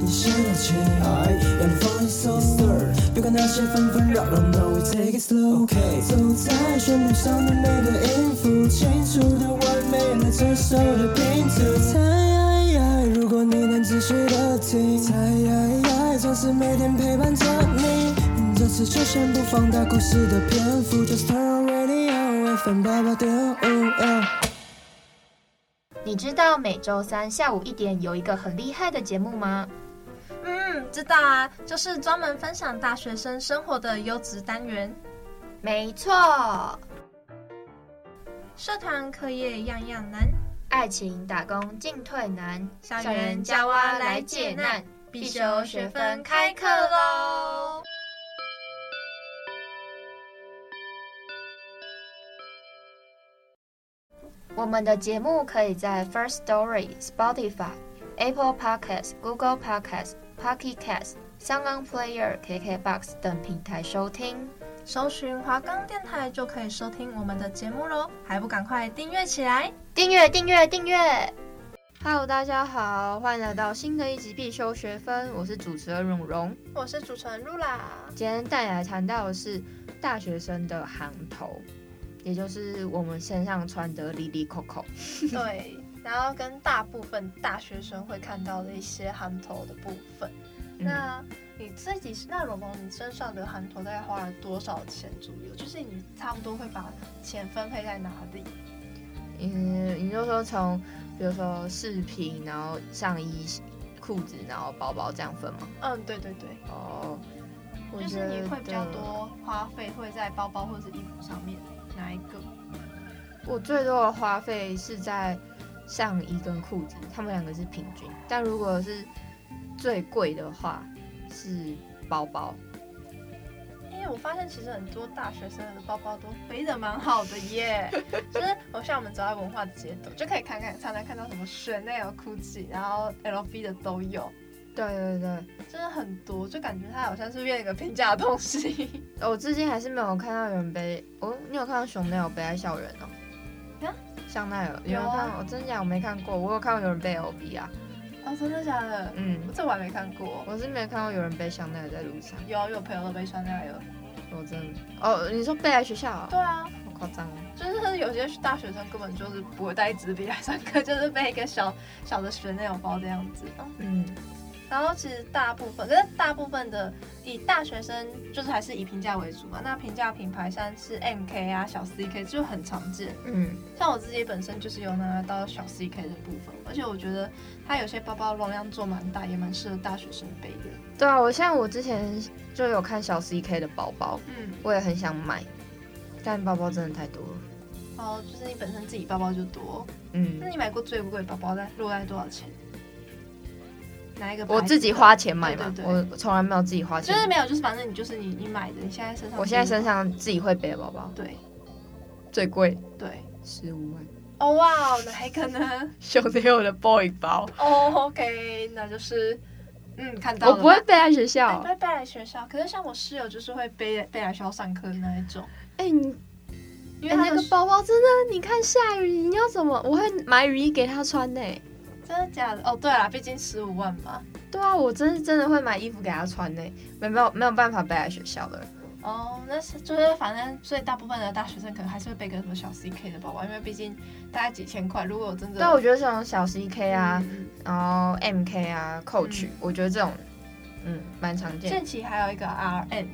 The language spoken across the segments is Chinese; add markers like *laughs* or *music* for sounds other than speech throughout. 你现在起来，Yeah I'm feeling so sir。别管那些纷纷扰扰，No we take it slow。走在旋律上的每个音符，清楚的完美了这首的拼图。猜呀呀，如果你能仔细的听，猜呀呀，总是每天陪伴着你。这次就先不放大故事的篇幅，Just turn on radio FM 八八点五。yeah 你知道每周三下午一点有一个很厉害的节目吗？嗯，知道啊，就是专门分享大学生生活的优质单元，没错，社团课业样样难，爱情打工进退难，校园加蛙来解难，必修学分开课喽！我们的节目可以在 First Story、Spotify、Apple Podcasts、Google Podcasts、Pocket Casts、香港 Player、KKBox 等平台收听。搜寻华冈电台就可以收听我们的节目喽，还不赶快订阅起来！订阅，订阅，订阅！ Hello，大家好，欢迎来到新的一集必修学分，我是主持人蓉蓉。我是主持人露啦，今天带你来谈到的是大学生的行头，也就是我们身上穿的里里扣扣。 *laughs* 对，然后跟大部分大学生会看到的一些韩头的部分。那你自己是那蓉蓉，你身上的韩头大概花了多少钱左右？就是你差不多会把钱分配在哪里？嗯，你就说从比如说饰品，然后上衣、裤子，然后包包这样分吗？嗯，对对对，哦，我就是你会比觉较得多花费会在包包或者是衣服上面，哪一个？我最多的花费是在上衣跟裤子，他们两个是平均。但如果是最贵的话，是包包。因为我发现其实很多大学生的包包都背的蛮好的 *laughs* 耶，就是我像我们走在文化街头，就可以看看常常看到什么 Chanel、GUCCI，然后 LV 的都有，对对对，真的很多，就感觉它好像是变一个平价的东西。 *laughs* 哦我至今还是没有看到有人背。哦，你有看到熊奈有背在校园哦？啊，香奈儿有有没有啊看到？我真假我没看过，我有看到有人背 LV 啊。哦，真的假的？嗯，这我还没看过。我是没看到有人背香奈儿在路上。有啊，有朋友都背 Chanel 了。我真的哦，你说背在学校、啊？对啊，好夸张哦。就是有些大学生根本就是不会带一支笔来上课，就是背一个小小的 Chanel 包这样子。嗯嗯，然后其实大部分，可是大部分的以大学生就是还是以平价为主嘛。那平价品牌像是 MK 啊、小 CK 就很常见。嗯，像我自己本身就是有拿到小 CK 的部分，而且我觉得它有些包包容量做蛮大，也蛮适合大学生背的。对啊，我像我之前就有看小 CK 的包包，嗯，我也很想买，但包包真的太多了。然后就是你本身自己包包就多。那嗯，你买过最贵的包包在落在多少钱？哪一个牌子的？我自己花钱买嘛，对对对我从来没有自己花就钱。是没有，就是反正你就是你你买的，你现在身上我现在身上自己会背的包包对最贵对。十五万，哦哇，哪一个呢？兄弟我的 boy 包，哦、o k 那就是，嗯，看 *laughs* 到我了。不会背在学哎校不。会背来学校，可是像我室友就是会背背来学校上课的那一种，哎、你哎因为他那个的包包真的，你看下雨你要怎么？我会买雨衣给他穿呢、真的假的？哦，对啦，毕竟十五万嘛。对啊，我真是真的会买衣服给他穿呢、没没有没有办法背来学校的。哦、那是就是反正，所以大部分的大学生可能还是会背个什么小 CK 的包包，因为毕竟大概几千块，如果我真的对，我觉得这种小 CK 啊，嗯然后 MK 啊，Coach，、嗯我觉得这种嗯蛮常见的，近期还有一个 RM，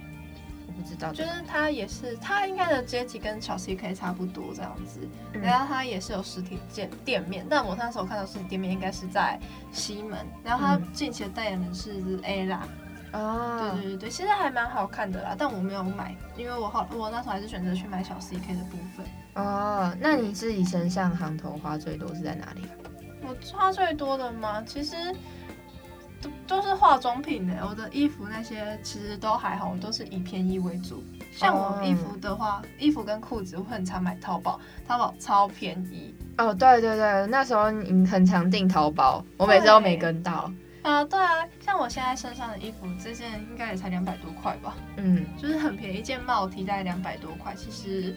我不知道这就个。是它也是它应该的阶级跟小 CK 差不多这样子，嗯然后它也是有实体店店面，但我那时候看到实体店面应该是在西门，然后它嗯近期的代言人是 A 啦，对哦对，对对，其实还蛮好看的啦，但我没有买，因为我后我那时候还是选择去买小 CK 的部分。哦，那你自己身上行头花最多是在哪里啊？我花最多的嘛，其实都都是化妆品的、我的衣服那些其实都还好，我都是以便宜为主。像我哦衣服的话，衣服跟裤子我很常买淘宝，淘宝超便宜。哦，对对对，那时候你很常订淘宝，我每次都没跟到。啊，对啊，像我现在身上的衣服，这件应该也才两百多块吧，嗯，就是很便宜，一件帽 T 大概两百多块，其实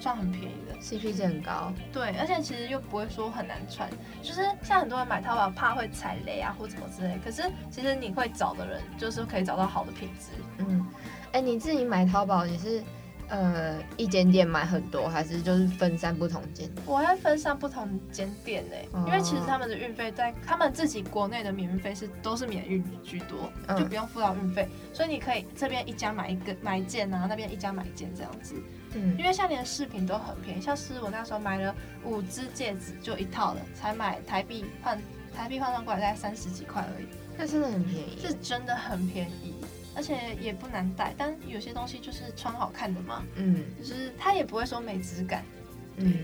算很便宜的。 ，CP 值很高。对，而且其实又不会说很难穿，就是像很多人买淘宝怕会踩雷啊或什么之类，可是其实你会找的人就是可以找到好的品质。嗯，哎、你自己买淘宝你是呃一间店买很多，还是就是分散不同间？我会分散不同间店呢、哦因为其实他们的运费在他们自己国内的免运费是都是免运居多，嗯就不用付到运费，所以你可以这边一家买一个买一件啊，那边一家买一件这样子。嗯因为像连饰品都很便宜，像是我那时候买了五只戒指就一套了，才买台币换台币换算过来大概三十几块而已，那真的很便宜。是真的很便宜，而且也不难戴。但有些东西就是穿好看的嘛，嗯就是它也不会说没质感。嗯，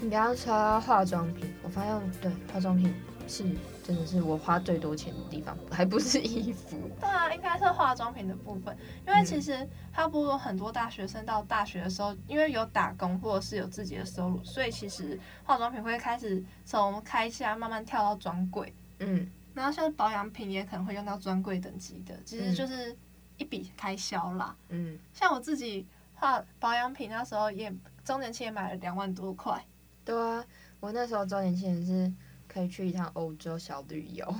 你刚刚说到化妆品，我发现对化妆品是真的是我花最多钱的地方，还不是衣服。对啊，应该是化妆品的部分，因为其实差不多很多大学生到大学的时候，因为有打工或者是有自己的收入，所以其实化妆品会开始从开箱慢慢跳到专柜。嗯然后像保养品也可能会用到专柜等级的，其实嗯就是一笔开销啦。嗯，像我自己画保养品那时候也周年庆也买了两万多块，对啊，我那时候周年庆是可以去一趟欧洲小旅游。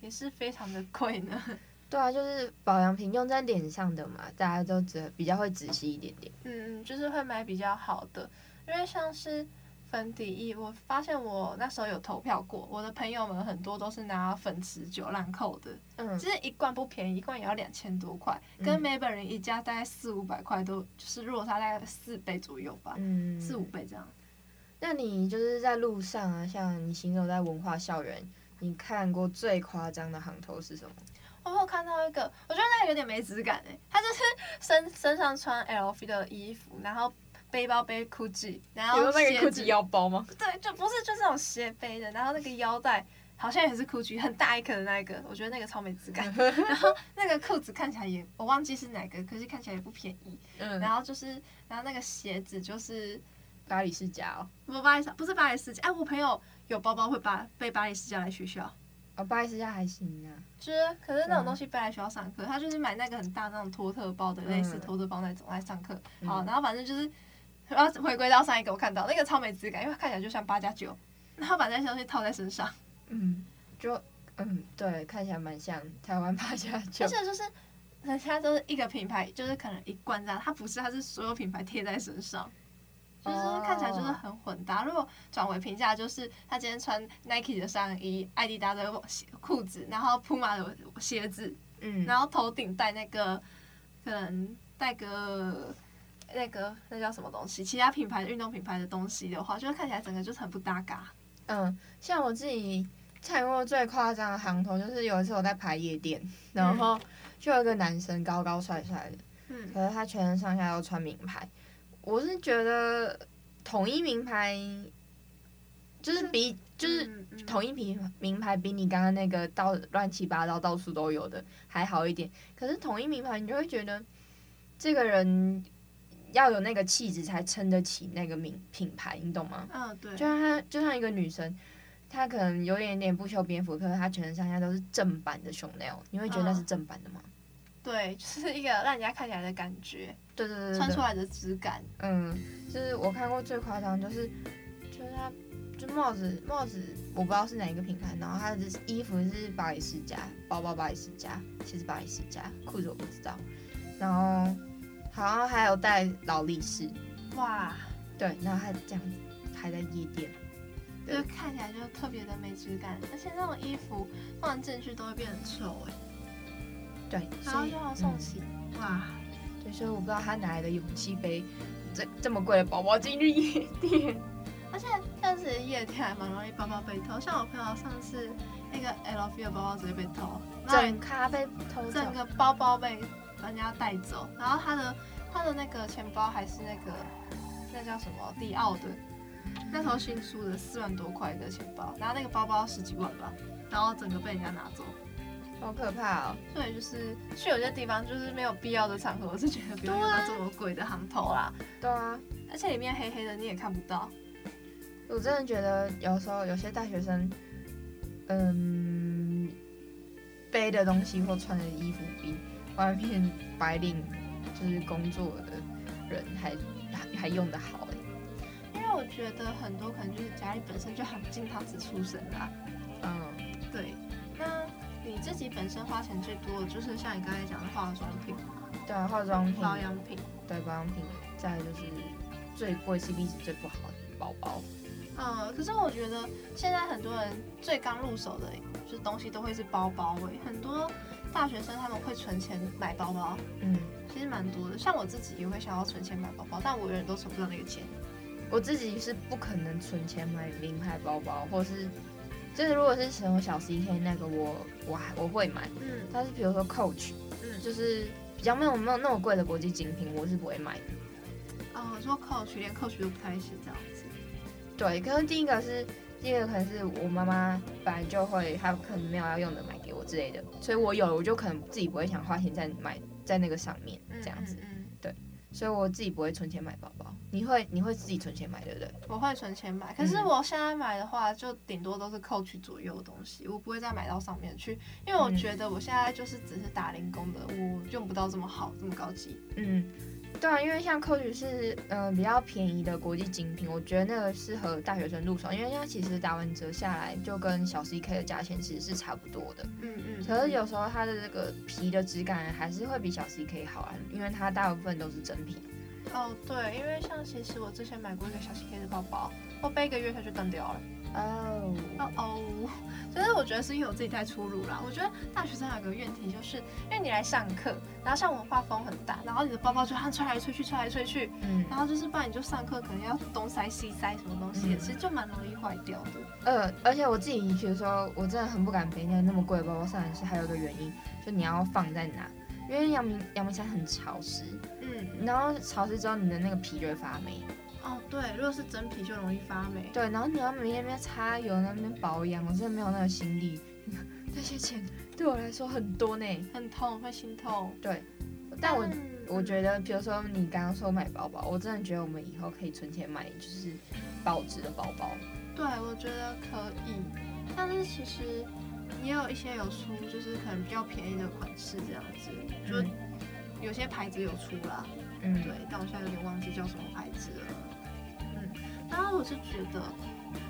也是非常的贵呢。对啊，就是保养品用在脸上的嘛，大家都只比较会仔细一点点。 *laughs* 嗯，就是会买比较好的，因为像是粉底液，我发现我那时候有投票过，我的朋友们很多都是拿粉持久兰蔻的，嗯其实一罐不便宜，一罐也要两千多块，跟嗯 Maybelline 一家大概四五百块都，就是落差大概四倍左右吧，嗯，四五倍这样。那你就是在路上啊，像你行走在文化校园，你看过最夸张的行头是什么？我有看到一个，我觉得那个有点没质感哎、他就是身身上穿 LV 的衣服，然后背包背 GUCCI，然后鞋子包吗？对，就不是就这种斜背的，然后那个腰带好像也是 GUCCI 很大一颗的那一个，我觉得那个超没 *laughs* 质感。然后那个裤子看起来也，我忘记是哪个，可是看起来也不便宜。 *laughs* *laughs* 嗯，然后就是，然后那个鞋子就是巴黎世家哦，不巴黎世，不是巴黎世家，哎，我朋友有包包会把背巴黎世家来学校。哦，巴黎世家还行啊。就是，可是那嗯种东西背来学校上课，他就是买那个很大那种托特包的，类似嗯托特包那种来上课。嗯好，然后反正就是，然后回归到上一个，我看到那个超没质感，因为看起来就像八加九，然后把那些东西套在身上，嗯，就嗯，对，看起来蛮像台湾八家而酒。且就是人家都是一个品牌，就是可能一罐这样，它不是，它是所有品牌贴在身上。就是哦看起来就是很混搭。如果转为评价，就是他今天穿 Nike 的上衣，艾迪达的鞋裤子，然后 Puma 的鞋子，嗯，然后头顶戴那个，可能戴个那个那叫什么东西，其他品牌运动品牌的东西的话，就会看起来整个就是很不搭嘎。嗯，像我自己看过最夸张的行头，就是有一次我在排夜店，然后就有一个男生高高帅帅的，嗯，可是他全身上下都穿名牌。我是觉得统一名牌就是比就是嗯嗯统一品名牌比你刚刚那个到乱七八糟到处都有的还好一点，可是统一名牌你就会觉得这个人要有那个气质才撑得起那个名品牌，你懂吗？嗯对就，像她就像一个女生，她可能有一点点不修边幅，可是她全身上下都是正版的 Chanel，你会觉得那是正版的吗？对，就是一个让人家看起来的感觉，对对对对，穿出对来的质感。嗯，就是我看过最夸张，就是就是他就帽子帽子我不知道是哪一个品牌，然后他的衣服是巴黎世家，包包巴黎世家，鞋子巴黎世家，裤子我不知道，然后好像还有戴劳力士，哇，对，然后还这样子还在夜店，就对是看起来就特别的没质感，而且那种衣服放进去都会变丑哎、对，然后所以又要送洗，哇，嗯对，所以我不知道他哪来的勇气背这这么贵的包包进去夜店，而且像是夜店还蛮容易包包被偷，像我朋友上次那个 LV 的包包直接被偷，然后整咖啡偷走整，个包包被人家带走，然后他的他的那个钱包还是那个那叫什么迪奥的，那时候新出的四万多块的钱包，然后那个包包十几万吧，然后整个被人家拿走，好可怕哦。所以就是去有些地方就是没有必要的场合，我是觉得不啊用用到这么贵的行头啦，对啊，而且里面黑黑的你也看不到，我真的觉得有时候有些大学生，嗯，背的东西或穿的衣服比外面白领就是工作的人还还还用的好哎、我觉得很多可能就是家里本身就很金汤匙出身啦。嗯，对，那你自己本身花钱最多的就是像你刚才讲的化妆品、对啊，化妆品，保养品。对保养品，再来就是最贵 CP 值最不好的包包，嗯，可是我觉得现在很多人最刚入手的就是东西都会是包包诶、很多大学生他们会存钱买包包，嗯，其实蛮多的。像我自己也会想要存钱买包包，但我永远都存不到那个钱。我自己是不可能存钱买名牌包包，或是就是如果是什么小 CK 那个我我还我会买，嗯但是比如说 Coach，嗯，就是比较没有没有那么贵的国际精品，我是不会买的。哦，我说 Coach 连 Coach 都不太行这样子。对，可能第一个是第一个可能是我妈妈本来就会，她可能没有要用的买给我之类的，所以我有了我就可能自己不会想花钱在买在那个上面这样子，嗯，所以我自己不会存钱买包包。你会你会自己存钱买对不对？我会存钱买，可是我现在买的话，就顶多都是 Coach 左右的东西，我不会再买到上面去，因为我嗯觉得我现在就是只是打零工的，我用不到这么好这么高级。嗯，对啊，因为像 Coach 是嗯、呃比较便宜的国际精品，我觉得那个适合大学生入手，因为它其实打完折下来就跟小 CK 的价钱其实是差不多的。嗯嗯可是有时候它的这个皮的质感还是会比小 CK 好啊，因为它大部分都是真皮。哦对，因为像其实我之前买过一个小 CK 的包包，我背一个月它就断掉了。哦、哦 *laughs* 哦，所以我觉得是因为我自己在出入啦。我觉得大学生有个怨题，就是因为你来上课，然后像我画风很大，然后你的包包就它吹来吹去，吹来吹去，嗯，然后就是不然你就上课可能要东塞西塞什么东西的，嗯其实就蛮容易坏掉的。呃，而且我自己去的时候，我真的很不敢背那个那么贵的包包上来，是还有一个原因，就你要放在哪，因为阳明阳明山很潮湿，嗯，然后潮湿之后你的那个皮就会发霉，哦对，如果是真皮就容易发霉。对，然后你要每天那边擦油，那边保养，我真的没有那个心力， *laughs* 那些钱对我来说很多呢。很痛，会心痛。对，但我我觉得，得，比如说你刚刚说买包包，我真的觉得我们以后可以存钱买就是保值的包包，对我觉得可以，但是其实也有一些有出，就是可能比较便宜的款式这样子，就嗯有些牌子有出啦。嗯，对，但我现在有点忘记叫什么牌子了。嗯，然后我是觉得，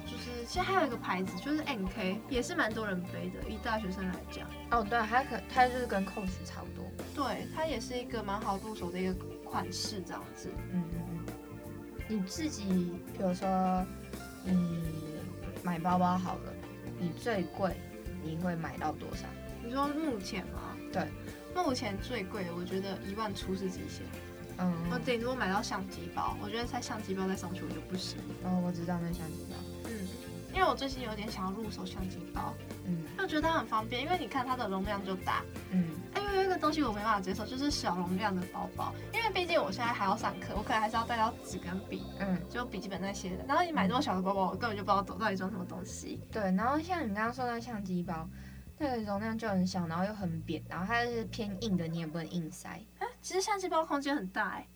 就是其实还有一个牌子就是 NK，也是蛮多人背的，以大学生来讲。哦对，它可它就是跟 Coach 差不多，对，它也是一个蛮好入手的一个款式，这样子。嗯嗯嗯，你自己，比如说你买包包好了，你最贵你会买到多少？你说目前吗？对，目前最贵，我觉得一万出是极限。嗯，我顶多买到相机包，我觉得在相机包再上去我就不行。哦，我知道那相机包，嗯，因为我最近有点想要入手相机包，嗯因为我觉得它很方便，因为你看它的容量就大。嗯哎，因为有一个东西我没办法接受，就是小容量的包包，因为毕竟我现在还要上课，我可能还是要带到纸跟笔，嗯，就笔记本那些的。然后你买这么小的包包，我根本就不知道到底装什么东西。对。然后像你刚刚说那相机包，那个容量就很小，然后又很扁，然后它是偏硬的，你也不能硬塞。啊其实相机包空间很大哎、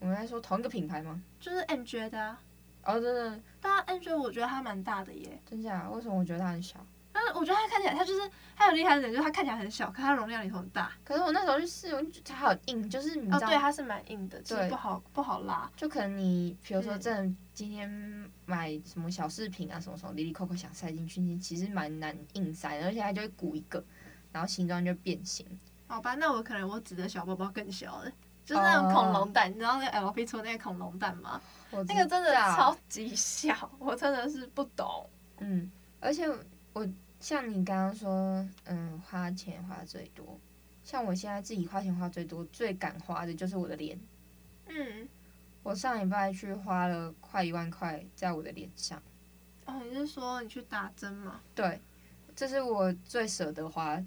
我们在说同一个品牌吗？就是 M 觉的啊，哦，真的，但 M 觉我觉得它蛮大的耶。真假？为什么我觉得它很小？但是我觉得它看起来，它就是它有厉害的点，就是它看起来很小，可它容量里头很大。可是我那时候去试，我就觉得它好硬，就是你知哦，道，对，它是蛮硬的，其实对不好不好拉。就可能你，比如说嗯真的今天买什么小饰品啊，什么什么，里里扣扣想塞进去，你其实蛮难硬塞的，而且它就会鼓一个，然后形状就变形。好吧，那我可能我指的小包包更小了，就是那哦种恐龙蛋，你知道那个 LP 出的那个恐龙蛋吗？我那个真的知道超级小，我真的是不懂。嗯，而且我像你刚刚说，嗯，花钱花最多，像我现在自己花钱花最多，最敢花的就是我的脸。嗯，我上礼拜去花了快一万块在我的脸上，哦，你是说你去打针吗？对，这是我最舍得花，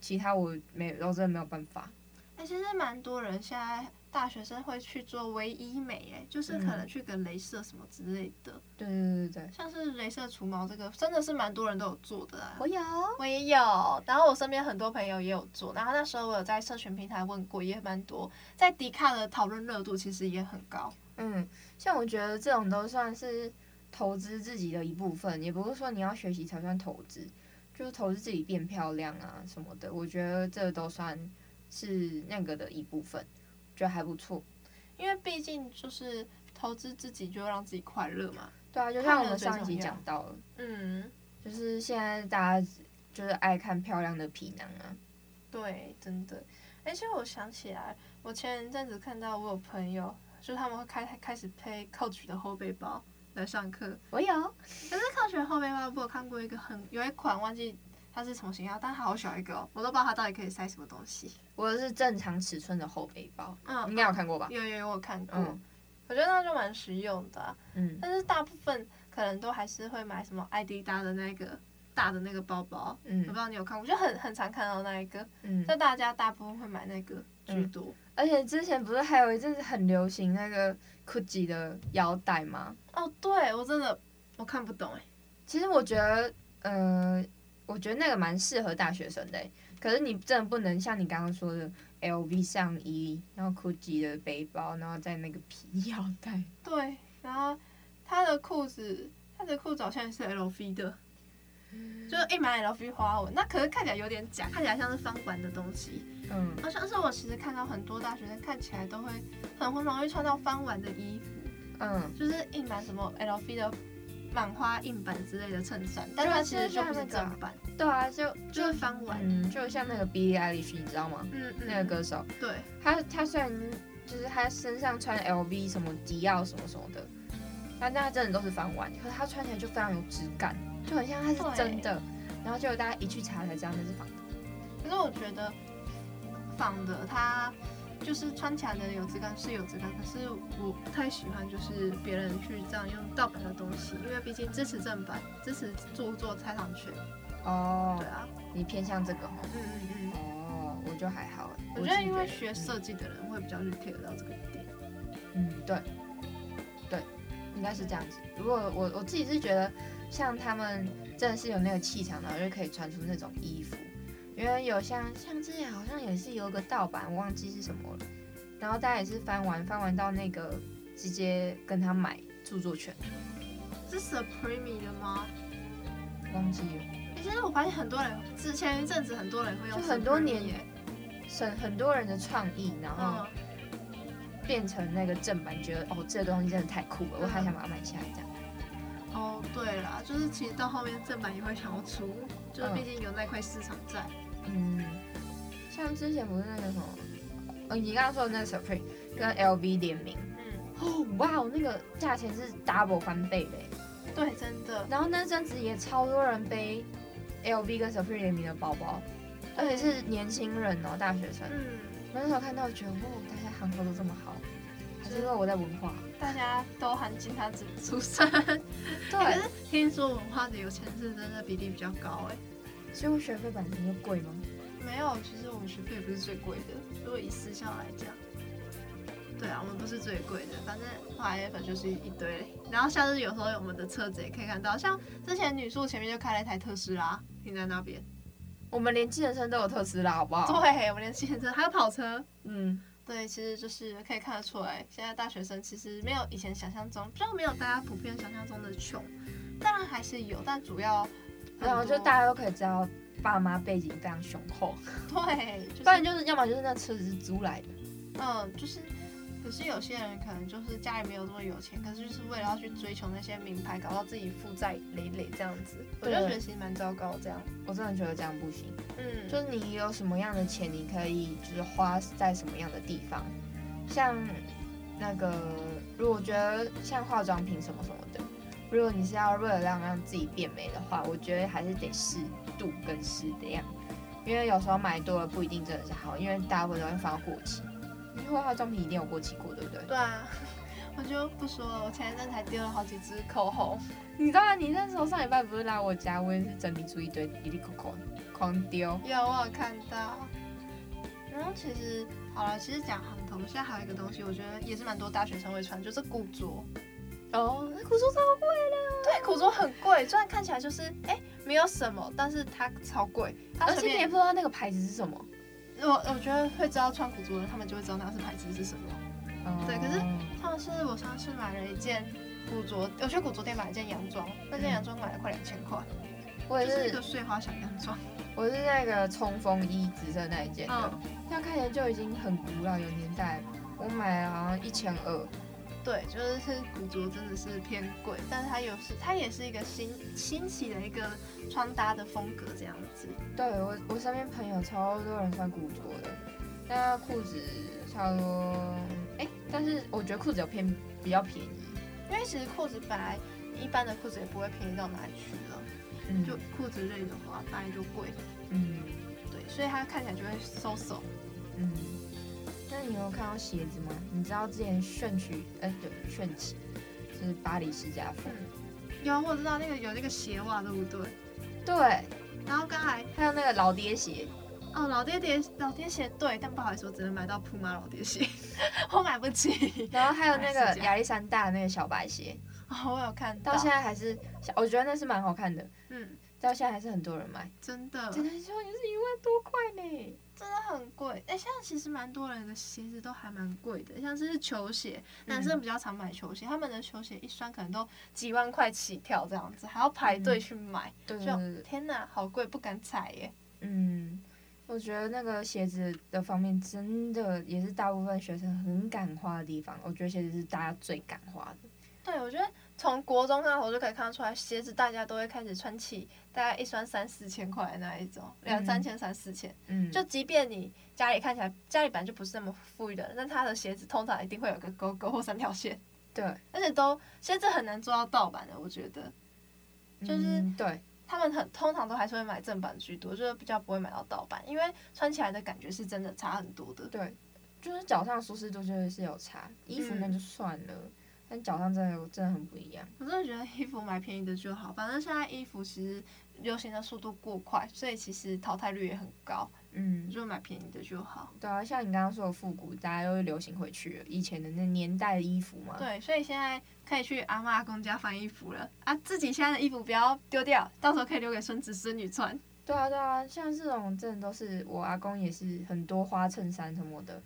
其他我没我真的没有办法。哎、其实蛮多人现在大学生会去做微医美、哎，就是嗯可能去个镭射什么之类的，对对对对对，像是镭射除毛这个，真的是蛮多人都有做的啊。我有。我也有，然后我身边很多朋友也有做，然后那时候我有在社群平台问过，也蛮多，在迪卡的讨论热度其实也很高。嗯，像我觉得这种都算是投资自己的一部分，也不是说你要学习才算投资，就是投资自己变漂亮啊什么的。我觉得这都算是那个的一部分，觉得还不错。因为毕竟就是投资自己就让自己快乐嘛。对啊，就像我们上一集讲到了，嗯，就是现在大家就是爱看漂亮的皮囊啊，对，真的。而且我想起来，我前一阵子看到我有朋友，就他们会开开始配 Coach 的后背包来上课，我有，可是 Coach 的后背包，我有看过一个很有一款忘记它是什么型号，但它好小一个哦，我都不知道它到底可以塞什么东西。我是正常尺寸的厚背包，嗯应，哦该有看过吧？有有有，我有看过，嗯我觉得那就蛮实用的啊、嗯，但是大部分可能都还是会买什么艾迪达的那个大的那个包包，嗯我不知道你有看过，就很很常看到那一个，嗯，但大家大部分会买那个居多。而且之前不是还有一阵子很流行那个 Gucci 的腰带吗？哦，对我真的我看不懂哎、其实我觉得，呃，我觉得那个蛮适合大学生的欸。可是你真的不能像你刚刚说的，LV 上衣，然后 Gucci 的背包，然后再那个皮腰带。对，然后他的裤子，他的裤子好像是 LV 的，就是一买 LV 花纹，那可是看起来有点假，看起来像是翻版的东西。嗯，好像是我其实看到很多大学生看起来都会很容易穿到翻版的衣服，嗯，就是印满什么 LV 的满花印版之类的衬衫，但对啊它其实就就是不像是那个啊正版，对啊，就就是翻版。嗯，就像那个 Billie Eilish，你知道吗？嗯嗯，那个歌手，对，她她虽然就是她身上穿 LV 什么迪奥什么什么的，但那真的都是翻玩，可是她穿起来就非常有质感，就很像她是真的。然后结果大家一去查才知道那是仿的。可是我觉得仿的它就是穿起来的有质感是有质感，可是我不太喜欢就是别人去这样用盗版的东西，因为毕竟支持正版，支持著作财产权。哦对，啊，你偏向这个哦。嗯嗯嗯，哦，我就还好欸我觉得因为自己学设计的人会比较去 care 到这个点。嗯，对，对，应该是这样子。如果我我自己是觉得，像他们真的是有那个气场，然后就可以穿出那种衣服。因为有像像之前好像也是有一个盗版，我忘记是什么了。然后大家也是翻完翻完到那个直接跟他买著作权，是 Supreme 的吗？忘记了。欸其实我发现很多人，之前一阵子很多人会用就 Supreme 耶，很多年省很多人的创意，然后嗯，变成那个正版，觉得哦这个东西真的太酷了，我还想把它买下来这样。哦，对啦，就是其实到后面正版也会想要出，就是嗯毕竟有那块市场在。嗯，像之前不是那个什么，呃，你刚刚说的那个 Supreme 跟 LV 联名，嗯，哦，哇，那个价钱是 double 翻倍嘞。对，真的。然后那阵子也超多人背 LV 跟 Supreme 联名的包包，而且是年轻人哦，大学生。嗯，我那时候看到，觉得哇，大家行头都这么好，还是因为我在文化。大家都含金汤匙出生。哎可对，是听说文化的有钱是真的比例比较高哎、所以我学费本身就贵吗？没有，其实我们学费不是最贵的，如果以私校来讲。对啊，我们不是最贵的，反正华 F 就是一堆。然后像是有时候我们的车子也可以看到，像之前女宿前面就开了一台特斯拉停在那边。我们连计程车都有特斯拉，好不好？对，我们连计程车还有跑车。嗯，对，其实就是可以看得出来，现在大学生其实没有以前想象中，就没有大家普遍想象中的穷，当然还是有，但主要嗯很多，然后就大家都可以知道爸妈背景非常雄厚。对，就是、不然就是要么就是那车子是租来的，嗯，就是，可是有些人可能就是家里没有这么有钱，可是就是为了要去追求那些名牌，搞到自己负债累累这样子，我就对觉得其实蛮糟糕这样。我真的觉得这样不行。嗯，就是你有什么样的钱，你可以就是花在什么样的地方，像那个，如果我觉得像化妆品什么什么的，如果你是要为了让让自己变美的话，我觉得还是得适度跟适量，因为有时候买多了不一定真的是好，因为大部分都会放到过期。你说化妆品一定有过期过，对不对？对啊， *laughs* 我就不说了，我前一阵才丢了好几支口红，你知道，你那时候上礼拜不是来我家，我也是整理出一堆一粒扣扣，狂丢。有我有看到。然后其实好了，其实讲行头，现在还有一个东西，我觉得也是蛮多大学生会穿，就是古着。哦，那古着超贵的，对，古着很贵，虽然看起来就是哎、没有什么，但是它超贵，它而随且你便也不知道那个牌子是什么。我我觉得会知道穿古着的人，他们就会知道那是牌子是什么。对可嗯是上次我上次买了一件古着，我去古着店买了一件洋装，那件洋装买了快两千块，嗯我也就是一是，个碎花小洋装。我是那个冲锋衣紫色那一件的嗯，那、看起来就已经很古老有年代了。我买了好像一千二，对，就是古着真的是偏贵，但是它有时它也是一个新新奇的一个穿搭的风格这样子。对我，我身边朋友超多人穿古着的，那裤子差不多，哎、但是我觉得裤子有偏比较便宜，因为其实裤子本来一般的裤子也不会便宜到哪里去了，嗯，就裤子类的话本来就贵，嗯对，所以它看起来就会收手。嗯。那你有看到鞋子吗？你知道之前炫起，哎、对，炫起就是巴黎世家风，有啊我知道那个有那个鞋袜对不对？对，然后刚才还有那个老爹鞋，哦老爹爹老爹鞋对，但不好意思我只能买到普马老爹鞋， *laughs* 我买不起。 *laughs* 然后还有那巴黎个世家亚历山大那个小白鞋，哦我有看到，到现在还是，我觉得那是蛮好看的，嗯到现在还是很多人买，真的真的就也是一万多块呢。真的很贵，哎、现在其实蛮多人的鞋子都还蛮贵的，像是球鞋，嗯男生比较常买球鞋，他们的球鞋一双可能都几万块起跳这样子，还要排队去买，对对对就天哪，好贵，不敢踩耶。嗯，我觉得那个鞋子的方面，真的也是大部分学生很敢花的地方。我觉得鞋子是大家最敢花的。对，我觉得从国中那会儿就可以看得出来，鞋子大家都会开始穿起，大概一双三四千块的那一种，两三千、三四千。嗯，就即便你家里看起来家里本来就不是那么富裕的人，但他的鞋子通常一定会有个勾勾或三条线，对，而且都现在很难做到盗版的，我觉得。就是嗯对，他们很通常都还是会买正版居多，就是比较不会买到盗版，因为穿起来的感觉是真的差很多的。就是脚上舒适度就是有差，衣服那嗯就算了，但脚上真的真的很不一样。我真的觉得衣服买便宜的就好，反正现在衣服其实流行的速度过快，所以其实淘汰率也很高，嗯，就买便宜的就好。对啊，像你刚刚说的复古，大家又流行回去了以前的那年代的衣服嘛。，对，所以现在可以去阿妈阿公家翻衣服了啊，自己现在的衣服不要丢掉，到时候可以留给孙子孙女穿。对啊，对啊，像这种真的都是我阿公也是很多花衬衫什么的，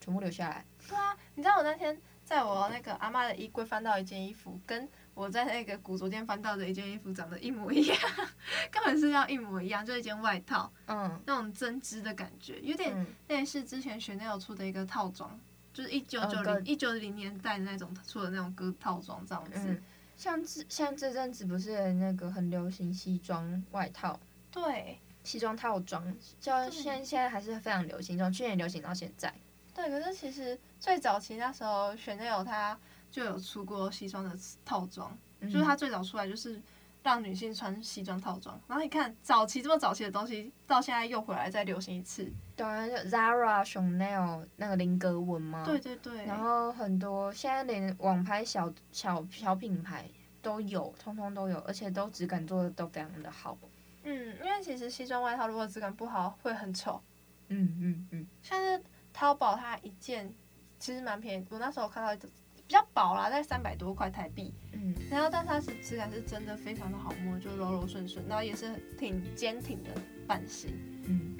全部留下来。对啊，你知道我那天在我那个阿妈的衣柜翻到一件衣服，跟我在那个古着店翻到的一件衣服长得一模一样， *laughs* 根本是要一模一样，就一件外套，嗯，那种针织的感觉，有点嗯类似之前 Chanel 出的一个套装，就是一九九嗯零一九零年代的那种出的那种歌套装这样子。嗯，像这像这阵子不是那个很流行西装外套、对西装套装，就现现在还是非常流行，从去年流行到现在。对，可是其实最早期那时候 Chanel 它就有出过西装的套装，嗯就是它最早出来就是。让女性穿西装套装，然后你看早期这么早期的东西，到现在又回来再流行一次。对啊，就 Zara、Chanel 那个菱格纹嘛，对，对对，然后很多现在连网拍小小小品牌都有，通通都有，而且都质感做的都非常的好。嗯，因为其实西装外套如果质感不好会很丑，嗯嗯嗯，像是淘宝它一件其实蛮便宜，我那时候看到一比较薄啦，在三百多块台币，嗯，然后但它是质感是真的非常的好摸，就柔柔顺顺，然后也是挺坚挺的版型。嗯，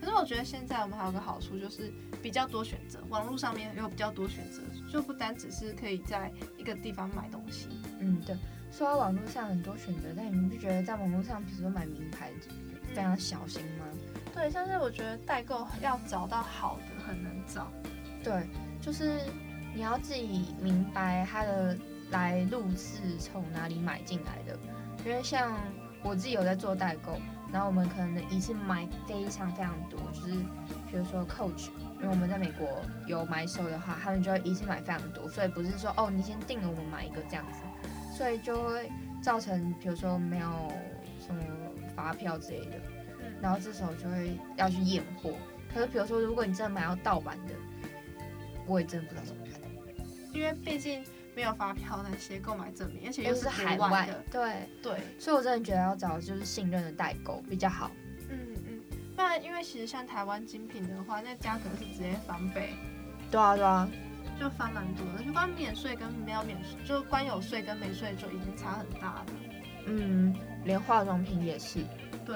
可是我觉得现在我们还有个好处就是比较多选择，网络上面有比较多选择，就不单只是可以在一个地方买东西。嗯，对。说到网络上很多选择，但你们不觉得在网络上，比如说买名牌，非常小心吗？对，像是我觉得代购要找到好的很难找。对，就是你要自己明白它的来路是从哪里买进来的，因为像我自己有在做代购，然后我们可能一次买非常非常多，就是比如说 Coach，因为我们在美国有买手的话，他们就会一次买非常多，所以不是说哦你先定了我们买一个这样子，所以就会造成比如说没有什么发票之类的，嗯然后这时候就会要去验货。可是比如说如果你真的买到盗版的，我也真的不知道怎么办，因为毕竟没有发票那些购买证明，而且又又是是海国外的，，对，对，所以我真的觉得要找就是信任的代购比较好。嗯嗯，不然因为其实像台湾精品的话，那价格是直接翻倍，对啊，对啊，就翻蛮多的。就光免税跟没有免税，就光有税跟没税就已经差很大了。嗯，连化妆品也是，对，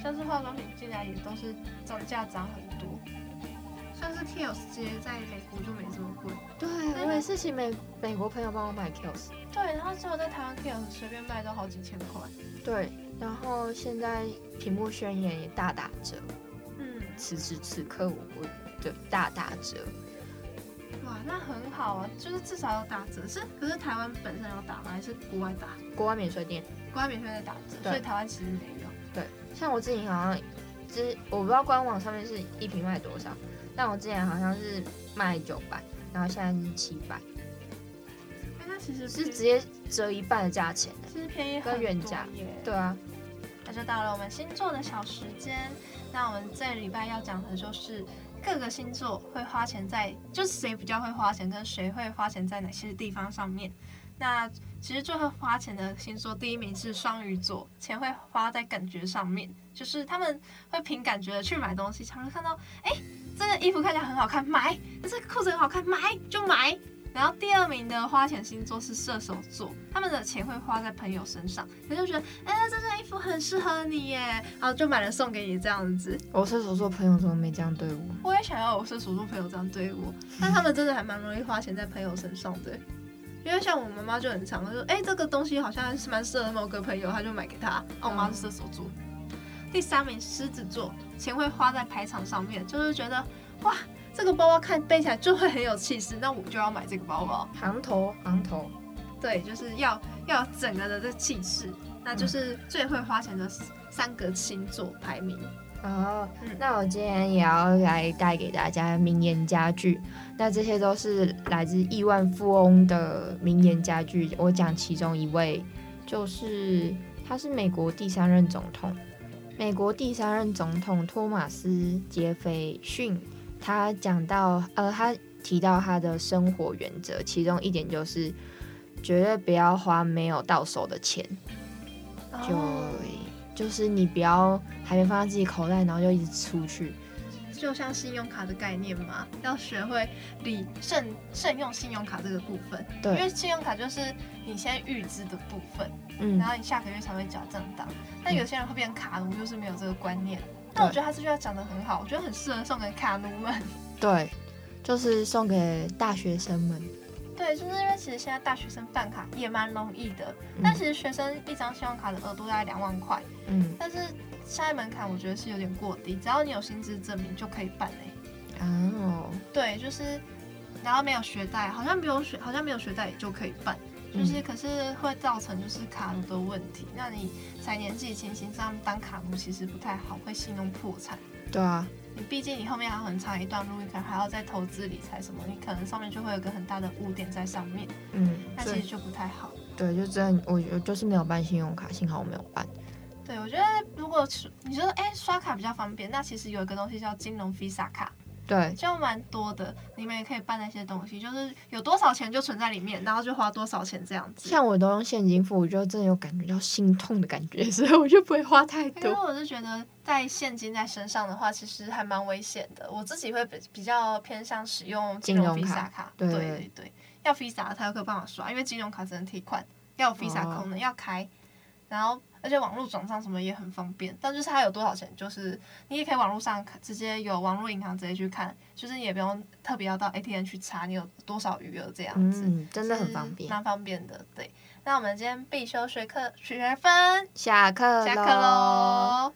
像是化妆品进来也都是涨价涨很多，像是 Kiehl's 直接在美国就没这么贵。对啊对我也是请美美国朋友帮我买 Kills，对，然后只有在台湾 Kiehl's 随便卖都好几千块。对，然后现在屏幕宣言也大打折，嗯，此时此刻我我对大打折，哇，那很好啊，就是至少有打折。是，可是台湾本身有打吗？还是国外打？国外免税店。国外免费在打折，对所以台湾其实没有。像我之前好像，之我不知道官网上面是一瓶卖多少，但我之前好像是卖九百，然后现在是七百，哎，那其实是比直接折一半的价钱欸其实便宜跟很原多价耶。对啊，那就到了我们星座的小时间。那我们这礼拜要讲的就是各个星座会花钱在，就是谁比较会花钱，跟谁会花钱在哪些地方上面。那其实最会花钱的星座第一名是双鱼座，钱会花在感觉上面，就是他们会凭感觉去买东西，常常看到，哎，这个衣服看起来很好看，买；这个裤子很好看，买就买。然后第二名的花钱星座是射手座，他们的钱会花在朋友身上，他就觉得哎，这件衣服很适合你耶，然后就买了送给你这样子。我射手座朋友怎么没这样对我？我也想要我射手座朋友这样对我，但他们真的还蛮容易花钱在朋友身上的。因为像我妈妈就很常说，哎、这个东西好像是蛮适合某个朋友，她就买给他。哦，我妈是射手座。第三名狮子座，钱会花在排场上面，就是觉得哇，这个包包看背起来就会很有气势，那我就要买这个包包。行头，行头，对，就是要要整个的这气势，那就是最会花钱的三个星座排名。哦嗯，那我今天也要来带给大家名言佳句，那这些都是来自亿万富翁的名言佳句。我讲其中一位，就是他是美国第三任总统，美国第三任总统托马斯·杰斐逊，他讲到，呃，他提到他的生活原则，其中一点就是绝对不要花没有到手的钱。就、哦就是你不要还没放在自己口袋，然后就一直出去。就像信用卡的概念嘛，要学会理慎慎用信用卡这个部分。对因为信用卡就是你先预支的部分，嗯然，后你下个月才会缴账单。但有些人会变卡奴，就是没有这个观念。但我觉得他这句话讲的很好，我觉得很适合送给卡奴们。 *laughs* 对，就是送给大学生们。对，就是因为其实现在大学生办卡也蛮容易的，嗯但其实学生一张信用卡的额度大概两万块，嗯但是现在门槛我觉得是有点过低，只要你有薪资证明就可以办嘞、啊哦，对，就是然后没有学贷，好像没有学，好像没有学贷也就可以办，就是可是会造成就是卡奴的问题。那你才年纪轻轻这样当卡奴其实不太好，会信用破产。对啊，你毕竟你后面还有很长一段路，你可能还要再投资理财什么，你可能上面就会有一个很大的污点在上面，嗯，那其对实就不太好。对，就真的，我我就是没有办信用卡，幸好我没有办。对，我觉得如果是你说哎、刷卡比较方便，那其实有一个东西叫金融 Visa 卡，对就蛮多的，你们也可以办那些东西，就是有多少钱就存在里面，然后就花多少钱这样子。像我都用现金付，我就真的有感觉到心痛的感觉， *laughs* 所以我就不会花太可是多。我是觉得带现金在身上的话，其实还蛮危险的。我自己会比比较偏向使用金融金融 Visa 卡卡，对对对对，要 Visa 才有可以帮我刷，因为金融卡只能提款，要有 Visa 哦功能、要开，然后而且网络转账什么也很方便。但就是它有多少钱，就是你也可以网络上看直接有网络银行直接去看，就是你也不用特别要到 ATM 去查你有多少余额这样子。嗯，真的很方便。蛮方便的。对，那我们今天必修学科学分下课，下课。喽。